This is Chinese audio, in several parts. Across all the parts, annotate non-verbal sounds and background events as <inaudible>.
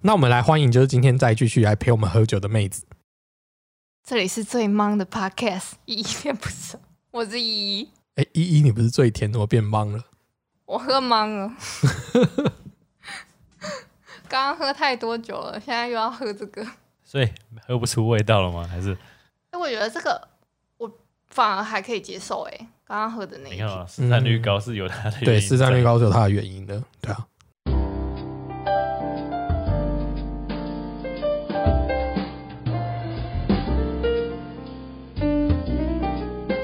那我们来欢迎，就是今天再继续来陪我们喝酒的妹子。这里是最忙的 podcast，依依恋不舍，我是依依，哎，依依，你不是最甜，怎么变忙了？我喝忙了， <laughs> 刚刚喝太多酒了，现在又要喝这个，所以喝不出味道了吗？还是哎，我觉得这个我反而还可以接受，哎，刚刚喝的那一你看瓶，啊，市占率高是有它的原因嗯对，市占率在。高是有它的原因的，对啊。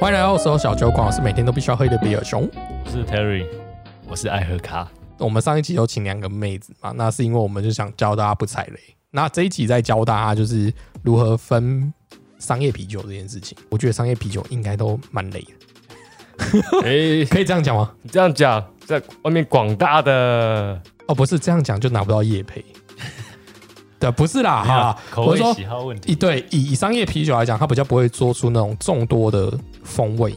欢迎来到手小酒馆，我是每天都必须要喝的比尔熊。我是 Terry，我是爱 <laughs> 喝咖。我们上一集有请两个妹子嘛，那是因为我们就想教大家不踩雷。那这一集在教大家就是如何分商业啤酒这件事情。我觉得商业啤酒应该都蛮雷的，哎、 <laughs> 可以这样讲吗？你这样讲，在外面广大的哦，不是这样讲就拿不到业配。 <laughs> 对，不是啦，哈，口啊我味是说喜好问以题。对以以商业啤酒来讲，它比较不会做出那种众多的风味，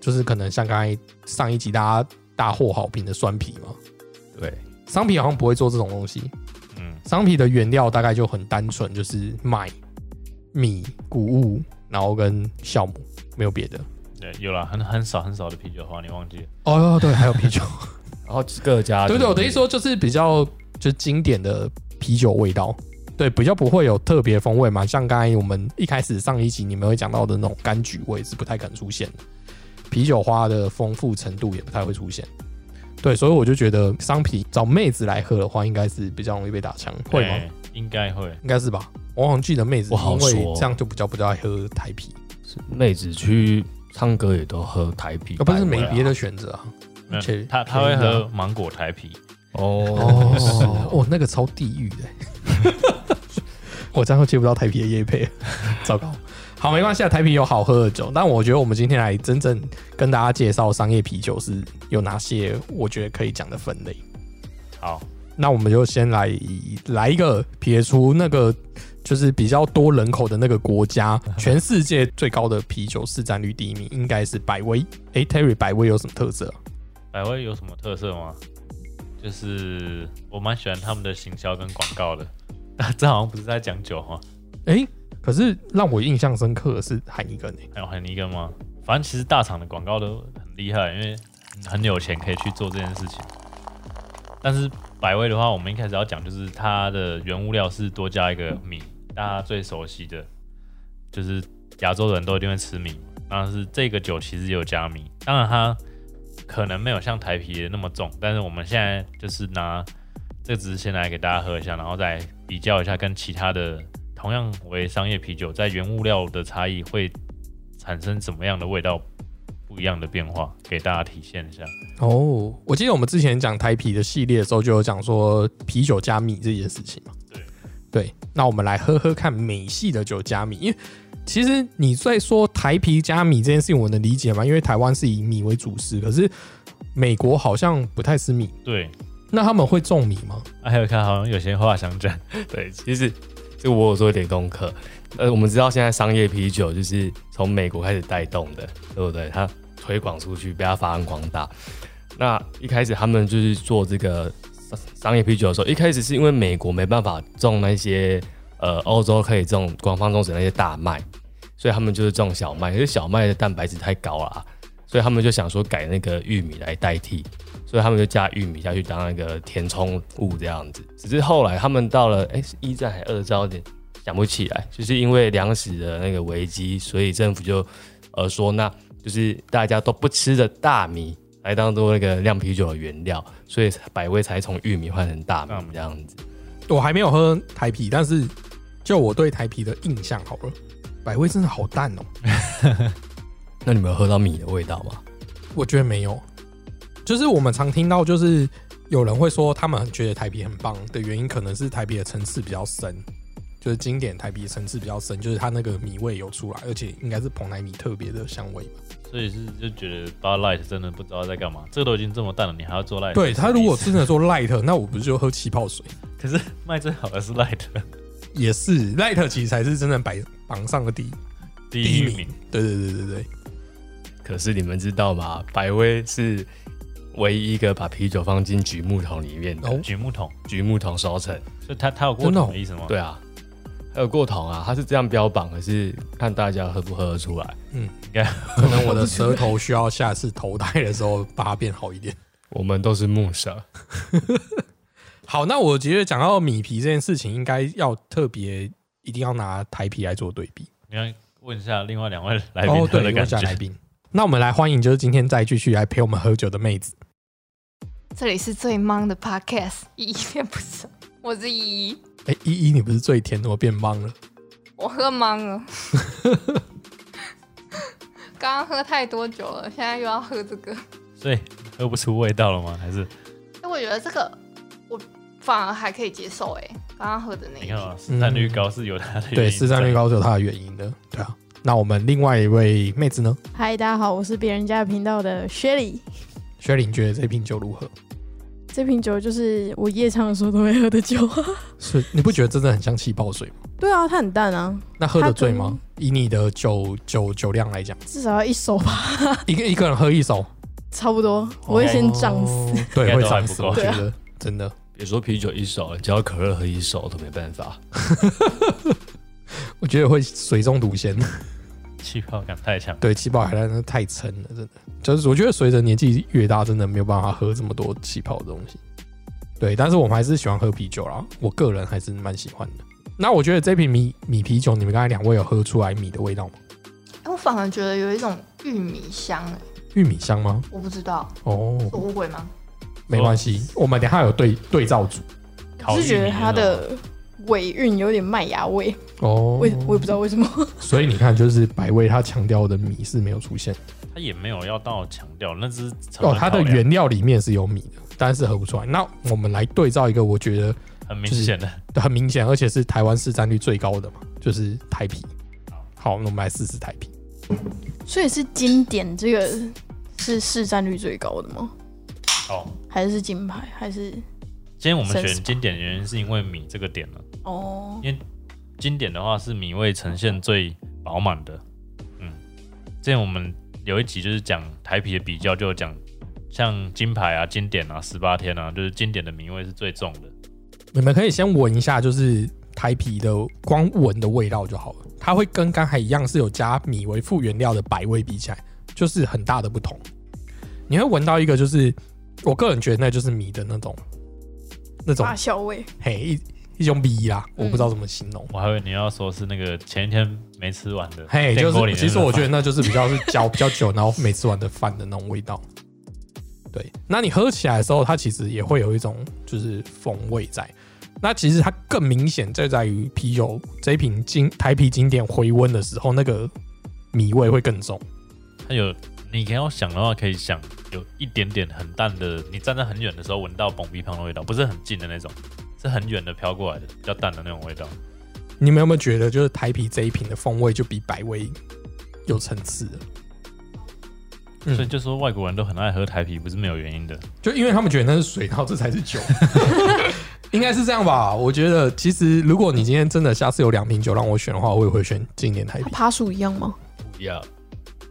就是可能像刚才上一集大家大获好评的酸啤嘛，对，商啤好像不会做这种东西。嗯，商啤的原料大概就很单纯，就是麦、米、谷物，然后跟酵母，没有别的。对，有啦，很很少很少的啤酒花，你忘记了？哦，对，还有啤酒。然后各家啊对对，我的意思说就是比较就是经典的啤酒味道，对，比较不会有特别风味嘛。像刚才我们一开始上一集你们会讲到的那种柑橘味是不太可能出现的，啤酒花的丰富程度也不太会出现。对，所以我就觉得商啤找妹子来喝的话，应该是比较容易被打枪，会吗？哎？应该会。应该是吧？我好像记得妹子不好因为说这样就比较不爱喝台啤，妹子去唱歌也都喝台啤，要哦不是没百威啊别的选择啊。没有且他他会喝芒果台啤，哦，哦， <laughs> 哦，那个超地狱的 <laughs> 欸，我这样又接不到台啤的夜配， <laughs> 糟糕。好，没关系啊，台啤有好喝的酒，但我觉得我们今天来真正跟大家介绍商业啤酒是有哪些，我觉得可以讲的分类。好，那我们就先来以来一个撇除那个就是比较多人口的那个国家，全世界最高的啤酒市占率第一名应该是百威。诶 t e r r y 百威有什么特色啊、百威有什么特色吗？就是我蛮喜欢他们的行销跟广告的。 <laughs> 这好像不是在讲酒哈，诶，可是让我印象深刻的是海尼根诶、还有海尼根吗？反正其实大厂的广告都很厉害，因为很有钱可以去做这件事情。但是百威的话，我们一开始要讲就是它的原物料是多加一个米，大家最熟悉的就是亚洲人都一定会吃米，但是这个酒其实也有加米，当然它可能没有像台啤的那么重，但是我们现在就是拿这只是先来给大家喝一下，然后再比较一下跟其他的同样为商业啤酒在原物料的差异会产生什么样的味道不一样的变化，给大家体现一下。哦，我记得我们之前讲台啤的系列的时候，就有讲说啤酒加米这件事情嘛。对对，那我们来喝喝看美系的酒加米，因为其实你在说台啤加米这件事情，我能理解嘛，因为台湾是以米为主食，可是美国好像不太吃米，对，那他们会种米吗？啊、还有看好像有些话想讲， <laughs> 对，其实这我有做一点功课。呃，我们知道现在商业啤酒就是从美国开始带动的，对不对？它推广出去，被它发扬光大。那一开始他们就是做这个商商业啤酒的时候，一开始是因为美国没办法种那些呃欧洲可以种官方种植的那些大麦，所以他们就是种小麦。可是小麦的蛋白质太高了啊、所以他们就想说改那个玉米来代替。所以他们就加玉米下去当那个填充物这样子。只是后来他们到了哎、是一战还二战，有点想不起来，就是因为粮食的那个危机，所以政府就呃说，那就是大家都不吃的大米来当做那个酿啤酒的原料，所以百威才从玉米换成大米大米这样子。我还没有喝台啤，但是就我对台啤的印象好了，百威真的好淡哦、那你们有喝到米的味道吗？我觉得没有，就是我们常听到，就是有人会说他们觉得台啤很棒的原因，可能是台啤的层次比较深，就是经典台啤层次比较深，就是它那个米味有出来，而且应该是蓬莱米特别的香味吧。所以是就觉得 Bar Light 真的不知道在干嘛，这个都已经这么淡了，你还要做 Light？对是他什么如意果思真的做 light，那我不是就喝气泡水？可是卖最好的是 Light，也是 light 其实才是真正摆榜上的第一第第一一名名。。对对对对对，可是你们知道吗？百威是唯一一个把啤酒放进榉木桶里面的哦举木桶，榉木桶烧成。所以它它有过真的哦桶的意思吗？，对啊，还有过桶啊，它是这样标榜，可是看大家喝不喝得出来。可能我的舌头需要下次投胎的时候把它变好一点。我们都是木蛇，好，那我觉得讲到米皮这件事情，应该要特别一定要拿台啤来做对比。你要问一下另外两位来哦宾，对，的问感一下觉。来宾。那我们来欢迎，就是今天再继续来陪我们喝酒的妹子。这里是最忙的 podcast，依依恋不舍，我是依依，哎、依依，你不是最甜，怎么变忙 <laughs> 了？我喝忙了，刚刚喝太多酒了，现在又要喝这个，所以喝不出味道了吗？还是但哎我觉得这个我反而还可以接受哎、刚刚喝的那一你看瓶，啊，市占率高是有它的原因对，市占率在。高是有它的原因的。对啊，那我们另外一位妹子呢？嗨，大家好，我是别人家频道的薛礼。薛玲觉得这瓶酒如何？这瓶酒就是我夜唱的时候都会喝的酒。是你不觉得真的很像气泡水吗？对啊，它很淡啊，那喝它得跟醉吗？以你的酒酒酒量来讲，至少要一手吧，一个一个人喝一 <laughs> 手，差不多。我会先胀死。哦，对，应该会都还胀不死，够我觉对啊得真的。别说啤酒一手，只要可乐喝一手都没办法。我觉得会水中毒先，气泡感太强，对，气泡海带真的太撑了，真的。就是我觉得随着年纪越大，真的没有办法喝这么多气泡的东西。对，但是我们还是喜欢喝啤酒啦，我个人还是蛮喜欢的。那我觉得这瓶米米啤酒，你们刚才两位有喝出来米的味道吗？哎我反而觉得有一种玉米香哎、玉米香吗？我不知道哦，我误会吗？没关系，哦我们等一下有对对照组烤我玉是米觉得它那种的尾韵有点麦芽味，哦我。也我也不知道为什么。所以你看，就是百味它强调的米是没有出现的它也没有要到强调，那只是成哦本，它的考量原料里面是有米的，但是喝不出来。那我们来对照一个，我觉得很明显的，很明显，而且是台湾市占率最高的嘛，就是台啤。好，那我们来试试台啤。所以是经典这个是市占率最高的吗？哦。还是金牌？还是今天我们选 Sense 吧经典的原因是因为米这个点了，哦？经典的话是米味呈现最饱满的。嗯，之前我们有一集就是讲台啤的比较，就有讲像金牌啊、经典啊、十八天啊，就是经典的米味是最重的。你们可以先闻一下，就是台啤的光闻的味道就好了。它会跟刚才一样是有加米为副原料的百味比起来，就是很大的不同。你会闻到一个，就是我个人觉得那就是米的那种那种发酵味，嘿一一种米啦，我不知道怎么形容。我还以为你要说是那个前一天没吃完的，嘿，就电锅里是面其实我觉的得那就是比较是嚼 <laughs> 比较久，然后每次碗的饭的那种味道。对，那你喝起来的时候，它其实也会有一种就是风味在。那其实它更明显就在于啤酒这一瓶经台啤经典回温的时候，那个米味会更重。它有，哎你可以要想的话，可以想有一点点很淡的，你站在很远的时候闻到蹦鼻旁的味道，不是很近的那种，是很远的飘过来的，比较淡的那种味道。你们有没有觉得，就是台啤这一瓶的风味就比百威有层次了？嗯所以就说外国人都很爱喝台啤，不是没有原因的。就因为他们觉得那是水，然后这才是酒， <laughs> 应该是这样吧？我觉得其实如果你今天真的下次有两瓶酒让我选的话，我也会选经典台它啤。趴数一样吗？不要，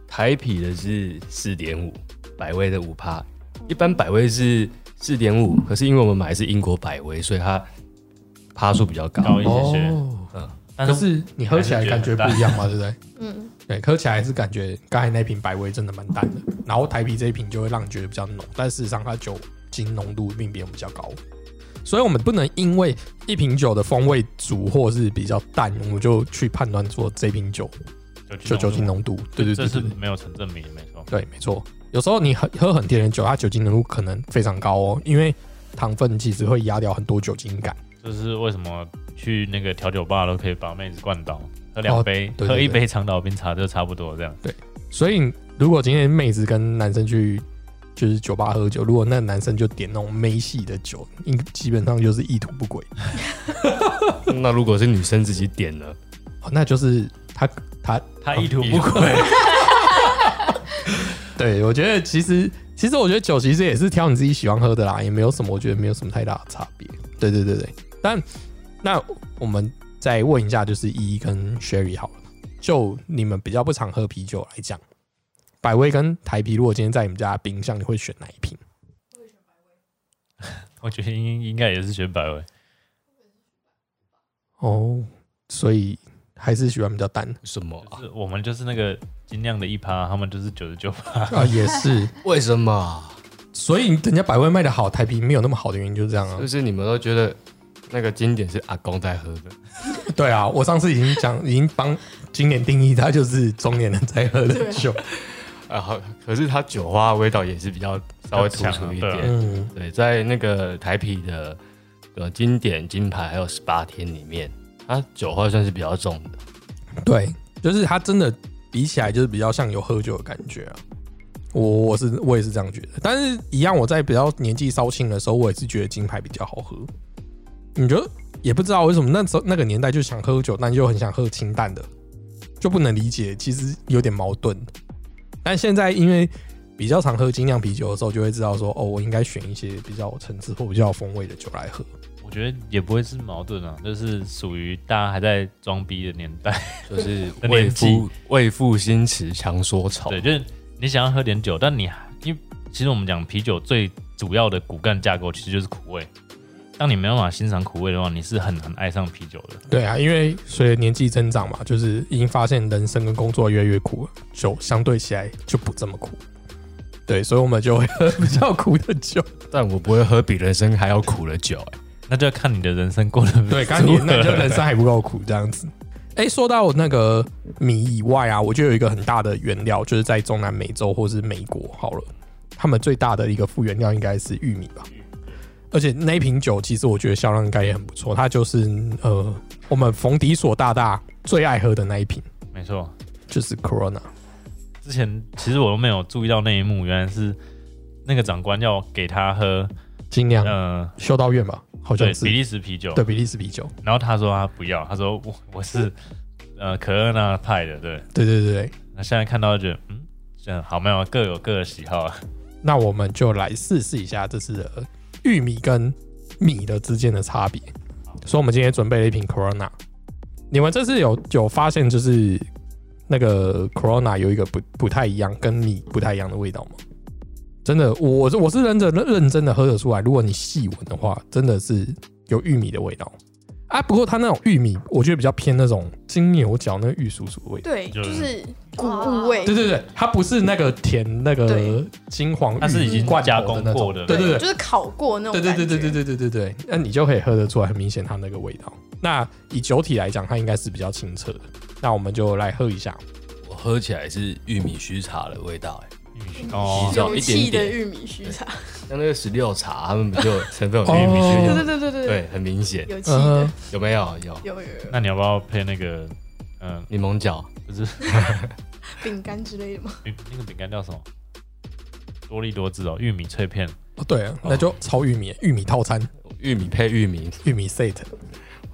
台啤的是四点五，百威的五趴。一般百威是四点五，可是因为我们买的是英国百威，所以它趴数比较高。哦高一些些，但嗯可是是你喝起来感觉不一样嘛，对不对？嗯，对，喝起来是感觉刚才那瓶百威真的蛮淡的，然后台啤这一瓶就会让你觉得比较浓，但事实上它酒精浓度并比我们比较高，所以我们不能因为一瓶酒的风味组或是比较淡，我们就去判断说这瓶酒就酒精浓度，对对这对是对对，没有成正比的，没错。对，没错。有时候你喝喝很甜的酒，它酒精浓度可能非常高哦，因为糖分其实会压掉很多酒精感。就是为什么去那个调酒吧都可以把妹子灌倒，喝两杯，哦对对喝一对杯长岛冰茶就差不多这样。所以如果今天妹子跟男生去就是酒吧喝酒，如果那男生就点那种妹系的酒，应基本上就是意图不轨，那如果是女生自己点呢？哦、那就是他他他意图不轨，对我觉得其实其实我觉得酒其实也是挑你自己喜欢喝的啦，也没有什么我觉得没有什么太大的差别。对对对对，但那我们再问一下，就是依依跟 Sherry 好了，就你们比较不常喝啤酒来讲，百威跟台啤，如果今天在你们家的冰箱，你会选哪一瓶？ <laughs> 我觉得应应该也是选百味。哦，所以还是喜欢比较淡什么啊、是我们就是那个精酿的一趴，他们就是九十九趴。啊，也是。为什么啊？所以人家百威卖的好，台啤没有那么好的原因就是这样啊就。是你们都觉得那个经典是阿公在喝的，对啊，我上次已经讲，已经帮经典定义，它就是中年人在喝的酒。 <laughs> 啊，好，可是它酒花的味道也是比较稍微突出一比较强啊对点。嗯，对，在那个台啤的呃经典金牌还有十八天里面，它酒花算是比较 <laughs> 重的。对，就是它真的比起来，就是比较像有喝酒的感觉啊。我我是我也是这样觉得，但是一样，我在比较年纪稍轻的时候，我也是觉得金牌比较好喝。你觉得也不知道为什么那时候那个年代就想喝酒，但又很想喝清淡的，就不能理解，其实有点矛盾。但现在因为比较常喝精酿啤酒的时候，就会知道说，哦，我应该选一些比较有层次或比较有风味的酒来喝。我觉得也不会是矛盾啊，就是属于大家还在装逼的年代。就是那为年纪赋为赋新词强说愁。对，就是你想要喝点酒，但你还因为其实我们讲啤酒最主要的骨干架构其实就是苦味。当你没办法欣赏苦味的话，你是很很爱上啤酒的。对啊，因为随着年纪增长嘛，就是已经发现人生跟工作越来越苦了，酒相对起来就不这么苦。对，所以我们就会喝比较苦的酒。但我不会喝比人生还要苦的酒、哎那就要看你的人生过得 <laughs> <laughs> 对， <laughs> 刚如你何那就人生还不够苦这样 <laughs> 子。哎、说到那个米以外啊，我就有一个很大的原料，就是在中南美洲或是美国好了，他们最大的一个副原料应该是玉米吧。而且那一瓶酒，其实我觉得销量应该也很不错，它就是呃，我们冯迪索大大最爱喝的那一瓶，没错。就是 Corona。之前其实我都没有注意到那一幕，原来是那个长官要给他喝，精酿呃，修道院吧，好对像，比是利时啤酒。对比利时啤酒，然后他说他不要，他说我我是 <laughs> 呃可乐那派的，对。对对对对。那现在看到就觉得嗯，嗯，好，没有各有各的喜好啊。那我们就来试试一下这次的玉米跟米的之间的差别。所以，我们今天准备了一瓶 Corona。你们这次有有发现，就是那个 Corona 有一个不不太一样，跟米不太一样的味道吗？真的，我我是我是认真认真的喝得出来。如果你细闻的话，真的是有玉米的味道啊。不过它那种玉米，我觉得比较偏那种金牛角那个玉叔叔的味道。对，就就是是谷物味对，对对，它不是那个甜那个对金黄玉它是已经罐头加工的那种过的对对对就是烤过那对种对感觉。对对对对对对对，那你就可以喝得出来，很明显它那个味道。那以酒体来讲，它应该是比较清澈的。那我们就来喝一下，我喝起来是玉米须茶的味道、哎，哦，有有一点气的点玉米须茶，像那个十六茶，他们不就有成哦分有玉米须对吗对对？对对对对，，很明显，有气嗯的，有没有？有有有有那你要不要配那个？嗯、柠檬角，不是饼干之类的吗？ <laughs> 饼那个饼干叫什么？多利多汁哦，玉米脆片。哦对啊，那就炒玉米，玉米套餐，玉米配玉米，玉米 set。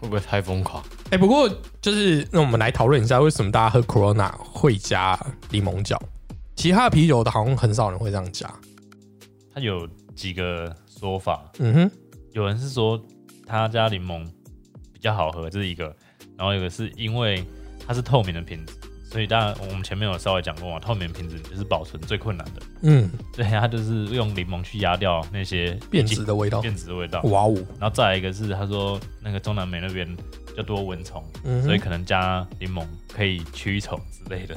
会不会太疯狂？哎、不过就是那我们来讨论一下，为什么大家喝 Corona 会加柠檬角？其他的啤酒的好像很少人会这样加。它有几个说法，嗯哼，有人是说他家柠檬比较好喝，这是一个；然后有个是因为它是透明的瓶子，所以当然我们前面有稍微讲过嘛，透明瓶子就是保存最困难的， <laughs> 嗯，对，它就是用柠檬去压掉那些变质的味道。变质的味道。哇哦，然后再来一个是他说那个中南美那边比较多蚊虫，嗯哼，所以可能加柠檬可以驱虫之类的。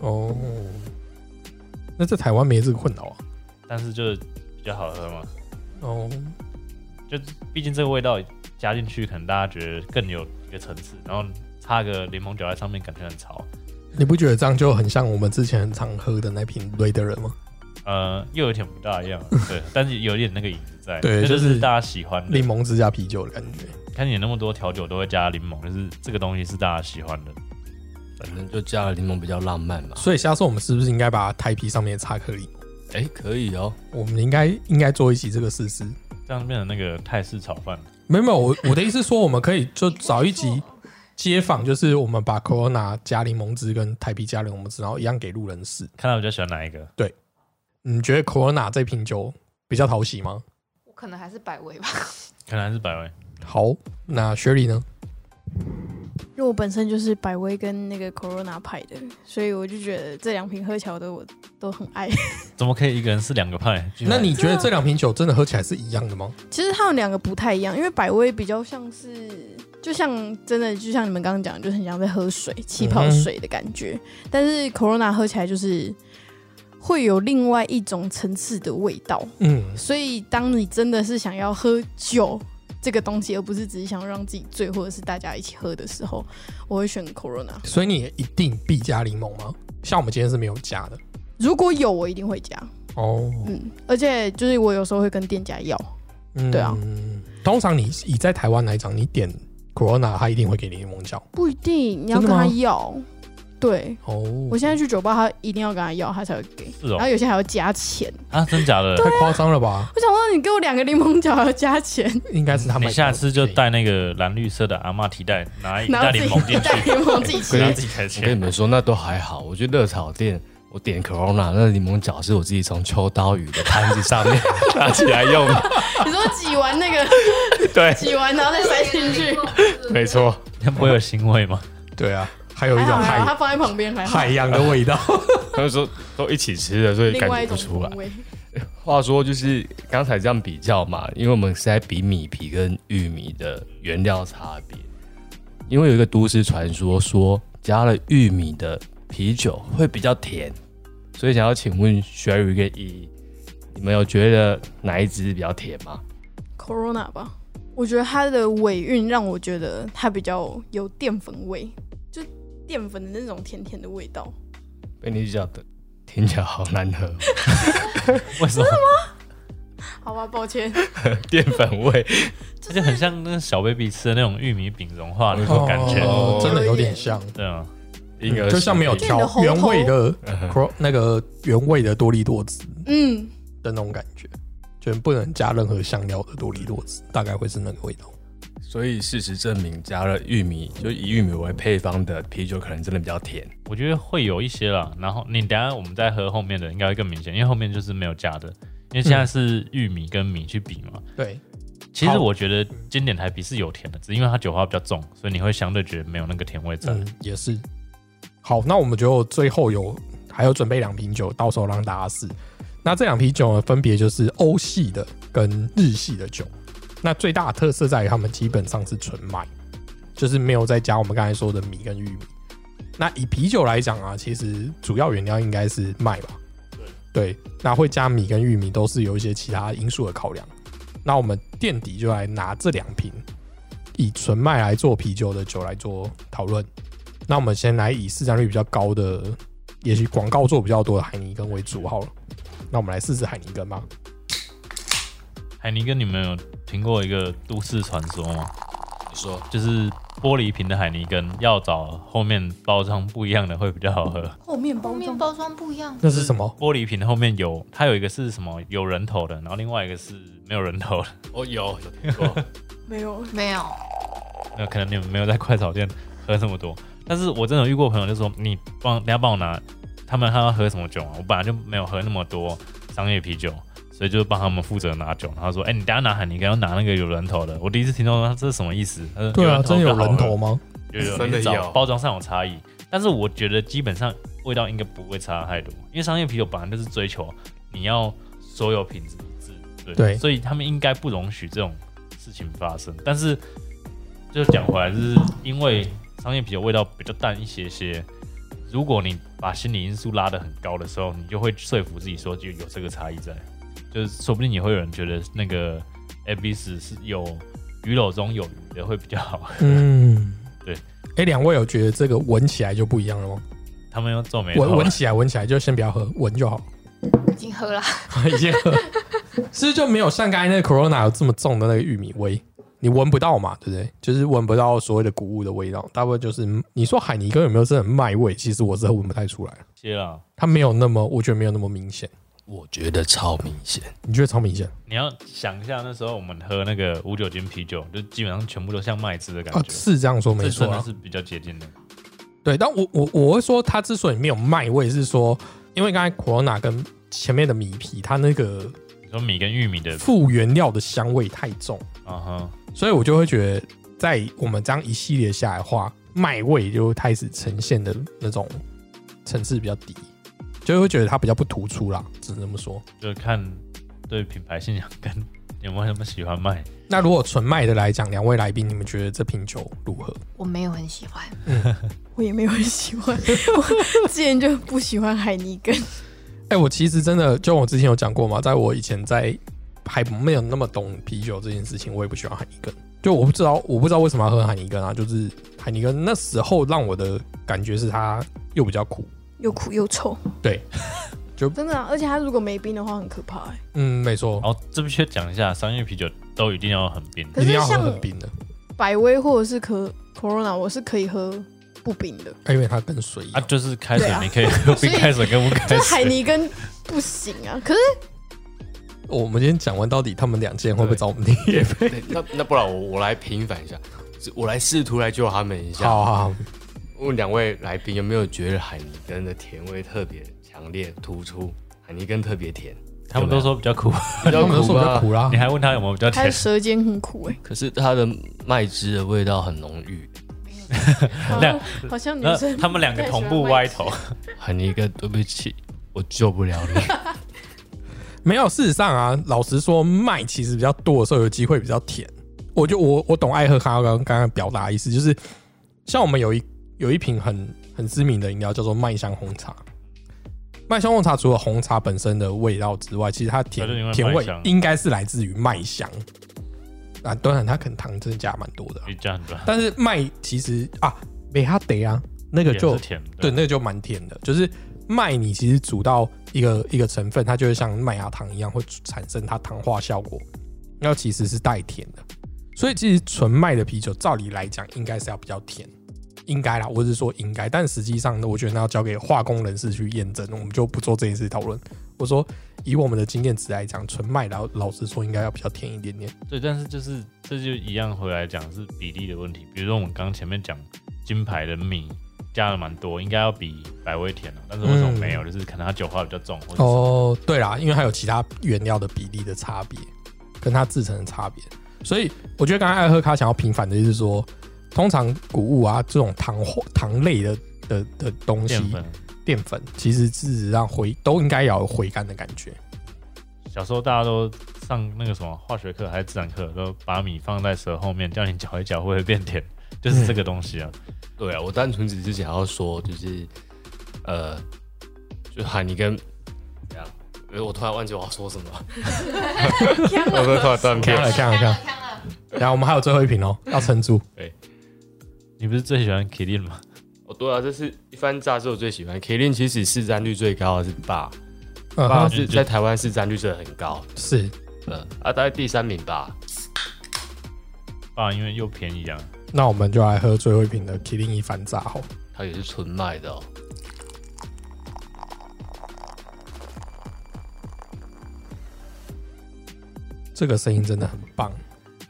哦，那在台湾没这个困扰啊。但是就是比较好喝嘛，哦，毕竟这个味道加进去，可能大家觉得更有一个层次，然后插个柠檬角在上面，感觉很潮。你不觉得这样就很像我们之前很常喝的那瓶雷的人吗？呃，又有点不大一样，啊 <laughs> 对，但是有点那个影子在，对这就就是是大家喜欢的柠。檬汁加啤酒的感觉。看你那么多调酒都会加柠檬，就是这个东西是大家喜欢的。反正就加了柠檬比较浪漫嘛。所以下次我们是不是应该把台啤上面的插颗柠檬？哎、可以哦。我们应该应该做一集这个试试。这样变成那个泰式炒饭，没有没有，我我的意思是说，我们可以就找一集街访，就是我们把 Corona 加柠檬汁跟台啤加柠檬汁，然后一样给路人试。看到比较喜欢哪一个？你觉得 Corona 这瓶酒比较讨喜吗？我可能还是百威吧。可能还是百威。好，那 Shirley 呢？因为我本身就是百威跟那个 Corona 派的，所以我就觉得这两瓶喝起来我都我都很爱。 <laughs> 怎么可以一个人是两个派？那你觉得这两瓶酒真的喝起来是一样的吗？其实它们两个不太一样，因为百威比较像是，就像真的就像你们刚刚讲的，就很像在喝水、气泡水的感觉。但是 Corona 喝起来就是会有另外一种层次的味道。嗯，所以当你真的是想要喝酒这个东西，而不是只是想让自己醉或者是大家一起喝的时候，我会选 Corona。所以你也一定必加柠檬吗？像我们今天是没有加的如果有，我一定会加。哦。嗯，而且就是我有时候会跟店家要，嗯对啊。通常你以在台湾来讲，你点 Corona，他一定会给你柠檬角不一定你要真跟的吗他要。对，哦。我现在去酒吧，他一定要跟他要，他才会给。是哎哦然后有些还要加钱。啊，真假的？太夸张了吧？我想说，你给我两个柠檬角还要加钱，应该是他们你下次就带那个蓝绿色的阿嬷提袋，哎拿一袋然后自柠己 <laughs> 檬进带去，柠檬自己不吃。要自己开我跟你钱。们说，那都还好。我觉得热炒店，我点 Corona 那柠檬角是我自己从秋刀鱼的摊子上面拿起来 <laughs> 用的。你说挤完那个，对，挤完然后再塞 <laughs> 进去，没错。那不会有腥味 <laughs> 吗？ <laughs> 对啊，还有一还种好还好，海它放在旁边还好。海洋的味道。他们说都一起吃的，所以另感外一觉不啊种出来风。味。话说，就是刚才这样比较嘛，因为我们是在比米皮跟玉米的原料差别。因为有一个都市传说说，加了玉米的啤酒会比较甜，所以想要请问 Sherry 跟依依，你们有觉得哪一支比较甜吗？ Corona 吧，我觉得它的尾韵让我觉得它比较有淀粉味，就淀粉的那种甜甜的味道。被你讲的听起来好 <laughs> 难喝，为什么？好吧，抱歉，淀粉味。它就很像那个小 baby 吃的那种玉米饼融化的那种感觉，哦真的有点像，对啊，婴儿嗯就像没有变调得红原味的嗯 cro 那个原味的多利多汁 <laughs> 嗯，的那种感觉，就不能加任何香料的多利多汁，大概会是那个味道。 <laughs> 所以事实证明，加了玉米就以玉米为配方的啤酒，可能真的比较甜。我觉得会有一些啦。然后你等一下我们再喝后面的，应该会更明显，因为后面就是没有加的，因为现在是玉米跟米去比嘛。对，其实好我觉得经典台啤是有甜的，只是因为它酒花比较重，所以你会相对觉得没有那个甜味在。嗯，也是。好，那我们就最后有还有准备两瓶酒，到时候让大家试。那这两瓶酒呢，分别就是欧系的跟日系的酒。那最大的特色在于，他们基本上是纯麦，就是没有再加我们刚才说的米跟玉米。那以啤酒来讲啊，其实主要原料应该是麦吧？对，那会加米跟玉米都是有一些其他因素的考量。那我们垫底就来拿这两瓶以纯麦来做啤酒的酒来做讨论。那我们先来以市占率比较高的，也许广告做比较多的海尼根为主好了。那我们来试试海尼根吧。海尼根，你们有听过一个都市传说吗？你说就是玻璃瓶的海尼根要找后面包装不一样的会比较好喝。后面包后面装包装不一样，那是什么？玻璃瓶后面有，它有一个是什么有人头的，然后另外一个是没有人头的。哦，有有听过，没有，没有，那可能你们没有在快炒店喝这么多，但是我真的有遇过朋友就说，你帮人家帮我拿，他们他要喝什么酒啊？我本来就没有喝那么多商业啤酒，所以就帮他们负责拿酒。然后说，哎、你等一下拿喊，你刚要拿那个有人头的。我第一次听到他说这是什么意思？他说对啊，真头的有比较好人喝头吗？有有真的你找有包装上有差异，但是我觉得基本上味道应该不会差太多，因为商业啤酒本来就是追求你要所有品质一致，对，对所以他们应该不容许这种事情发生。但是就讲回来，就是因为商业啤酒味道比较淡一些些，如果你把心理因素拉得很高的时候，你就会说服自己说就有这个差异在，就是说不定也会有人觉得那个 A B S 是有鱼篓中有鱼的会比较好。嗯，啊对。哎，两位有觉得这个闻起来就不一样了吗？他们要皱眉头闻闻起来，闻起来就先不要喝，闻就好。已经喝了，已经喝，是不是就没有像刚才那个 Corona 有这么重的那个玉米味？你闻不到嘛，对不对？就是闻不到所谓的谷物的味道，大部分就是你说海尼根有没有这种麦味？其实我是闻不太出来，谢啦，它没有那么，我觉得没有那么明显。我觉得超明显。你觉得超明显你要想一下，那时候我们喝那个无酒精啤酒，就基本上全部都像麦汁的感啊？觉，是这样说没这错真的啊。是比较接近的。对，但我我我会说，它之所以没有麦味，是说因为刚才 Corona 跟前面的米皮，它那个你说米跟玉米的，副原料的香味太重，啊哈，所以我就会觉得，在我们这样一系列下来的话，麦味就开始呈现的那种层次比较低，就会觉得它比较不突出啦，只能这么说。就看对品牌信仰跟有没有那么喜欢卖。那如果纯麦的来讲，两位来宾，你们觉得这瓶酒如何？我没有很喜欢，我也没有很喜欢， <laughs> 我之前就不喜欢海尼根，哎、我其实真的，就我之前有讲过嘛，在我以前在还没有那么懂啤酒这件事情，我也不喜欢海尼根。就我不知道，我不知道为什么要喝海尼根啊，就是海尼根那时候让我的感觉是它又比较苦，又苦又臭。 <laughs> 对，就真的、啊，而且它如果没冰的话很可怕、欸。嗯，没错，然后哦这必须讲一下，商业啤酒都一定要很冰，可一是定要喝像很冰的，百威或者是可 Corona，我是可以喝不冰的，哎因为它更水一啊，样。就是开水对 <laughs> 啊你可以喝冰开水跟不开就海水，尼根不行啊。可是我们今天讲完到底他们两件会不会找我们订夜配？对那那不然我我来平反一下，是我来试图来救他们一下。好好好，问两位来宾有没有觉得海尼根的甜味特别强烈突出？海尼根特别甜，他们都说比较苦，比 <laughs> 他较们都苦说比较吧？苦啦你。还问他有没有比较它的甜？舌尖很苦 <laughs> 哎、可是它的麦汁的味道很浓郁。好像哦好像女那生他们两个不太喜同欢步麦歪 <laughs> 汁头，海尼根，对不起，我救不了你。没有，事实上啊，老实说，麦其实比较多的时候，有机会比较甜。我就我我懂爱喝咖啡刚刚刚表达的意思，就是像我们有一有一瓶很很知名的饮料叫做麦香红茶。麦香红茶除了红茶本身的味道之外，其实它甜它是因为甜味麦香应该是来自于麦香啊。当然，它可能糖真的加蛮多的啊，比较很多，但是麦其实啊，美哈得啊，那个也就是甜的，对，那个就蛮甜的。就是麦，你其实煮到一个一个成分，它就会像麦芽糖一样，会产生它糖化效果，那其实是带甜的。所以其实纯麦的啤酒，照理来讲应该是要比较甜，应该啦，我是说应该，但实际上呢，我觉得那要交给化工人士去验证，我们就不做这一次讨论。我说以我们的经验值来讲，纯麦老老实说应该要比较甜一点点。对，但是就是这就一样回来讲是比例的问题。比如说我们刚前面讲金牌的米加了蛮多，应该要比百味甜了、但是为什么没有？就是可能它酒花比较重，或者是嗯哦，对啦，因为还有其他原料的比例的差别，跟它制成的差别，所以我觉得刚才爱喝咖想要平反的就是说，通常谷物啊这种糖化糖类的的的东西淀，粉。淀粉其实事实上回都应该要有回甘的感 <laughs> 觉。小时候大家都上那个什么化学课还是自然课，都把米放在舌后面，叫你嚼一嚼会不会变甜，嗯就是这个东西啊。对啊，我单纯只是想要说，就是呃，就海尼根这样。呃我突然忘记我要说什 <laughs> 么，我突然看断片了了。看了看了，然后我们还有最后一瓶哦，要撑住。你不是最喜欢 k i l i n 吗？哦，对啊，这是一番炸是我最喜欢。K 令其实市占率最高的是爸，嗯爸哼，是在台湾市占率真的很高，是，呃，啊，大概第三名吧。爸，因为又便宜啊。那我们就来喝最后一瓶的麒麟一番炸好了。它也是纯麦的哦。这个声音真的很棒。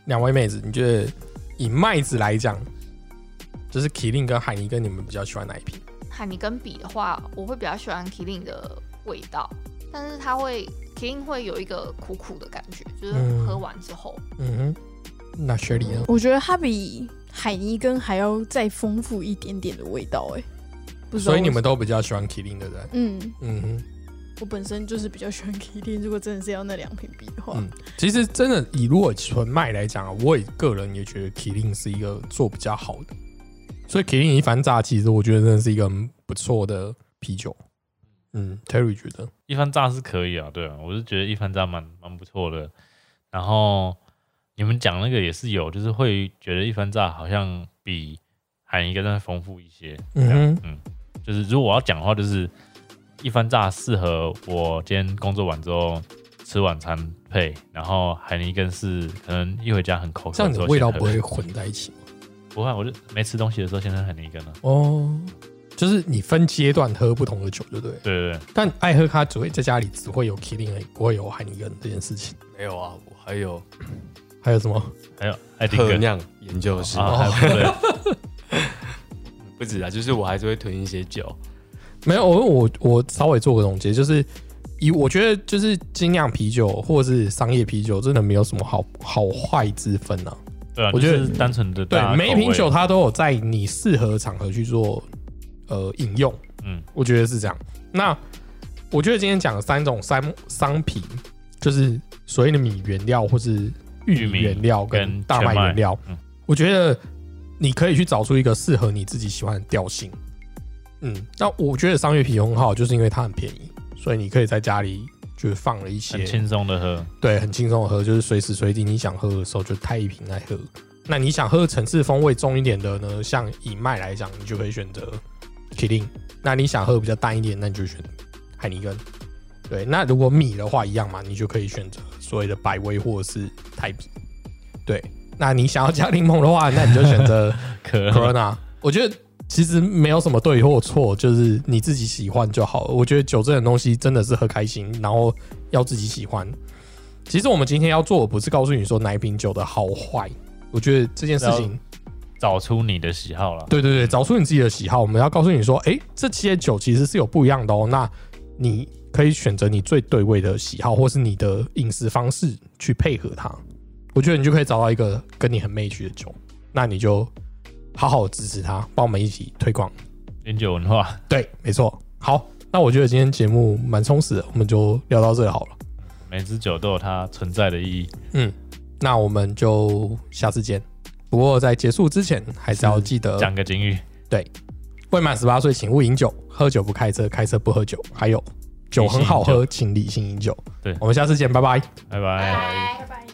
两位妹子，你觉得以麦子来讲，就是麒麟跟海尼根，你们比较喜欢哪一瓶？海尼根比的话，我会比较喜欢 Killing 的味道，但是它会 Killing 会有一个苦苦的感觉，就是嗯喝完之后，嗯哼，那雪莉呢？我觉得它比海尼根还要再丰富一点点的味道哎、不知道所以你为什们都比较喜欢麒麟，对不对？么嗯，嗯哼，我本身就是比较喜欢 Kitty，如果真的是要那两瓶比的话，嗯其实真的以如果纯麦来讲啊，我也个人也觉得麒麟是一个做比较好的，所以麒麟一番炸，其实我觉得真的是一个很不错的啤酒。嗯，Terry 觉得，一番炸是可以啊，对啊，我是觉得一番炸蛮蛮不错的。然后你们讲那个也是有，就是会觉得一番炸好像比海尼根再丰富一些。嗯哼，就是如果我要讲的话，就是一番炸适合我今天工作完之后吃晚餐配，然后海尼根是可能一回家很口渴，这样子味道不会混在一起吗？不会，我就没吃东西的时候先喝海尼根啊了。哦，就是你分阶段喝不同的酒，对不对了？对对对，但爱喝咖只会在家里只会有 Killing，而已不会有海尼根这件事情。没有啊，我还有还有什么？还有艾丁特根酿研究室，啊，还有对，不止啊，就是我还是会囤一些酒。没有，我我我稍微做个总结，就是以我觉得就是精酿啤酒或是商业啤酒，真的没有什么好好坏之分啊。对啊， <laughs> 我觉得就是单纯的对大家，每一口瓶味酒它都有在你适合的场合去做呃饮用，嗯，我觉得是这样。那我觉得今天讲的三种商商品，就是所谓的米原料或是玉玉米米原料跟跟大全麦麦原料，嗯我觉得你可以去找出一个适合你自己喜欢的调性。嗯，那我觉得商业啤酒很好，就是因为它很便宜，所以你可以在家里就是放了一些很轻松的喝，对，很轻松的喝，就是随时随地你想喝的时候就开一瓶来喝。那你想喝层次风味重一点的呢，像以麦来讲，你就可以选择 Killing。那你想喝比较淡一点，那你就选海尼根。对，那如果米的话一样嘛，你就可以选择所谓的百威或者是泰比。对，那你想要加柠檬的话，那你就选择可 Corona。我觉得其实没有什么对或错，就是你自己喜欢就好了。我觉得酒这种东西真的是喝开心，然后要自己喜欢。其实我们今天要做的不是告诉你说哪一瓶酒的好坏，我觉得这件事情，找出你的喜好了。对对对，找出你自己的喜好。我们要告诉你说，哎、这些酒其实是有不一样的哦。那你可以选择你最对味的喜好，或是你的饮食方式去配合它。我觉得你就可以找到一个跟你很 match 的酒，那你就好好支持它，帮我们一起推广。烟酒文化，对，没错。好，那我觉得今天节目蛮充实的，我们就聊到这好了。每支酒都有它存在的意义。那我们就下次见。不过在结束之前，还是要记得讲个警语，未满十八岁请勿饮酒，喝酒不开车，开车不喝酒。还有，酒很好理性饮喝，请理性饮酒。对我们下次见，拜拜。拜拜。拜拜。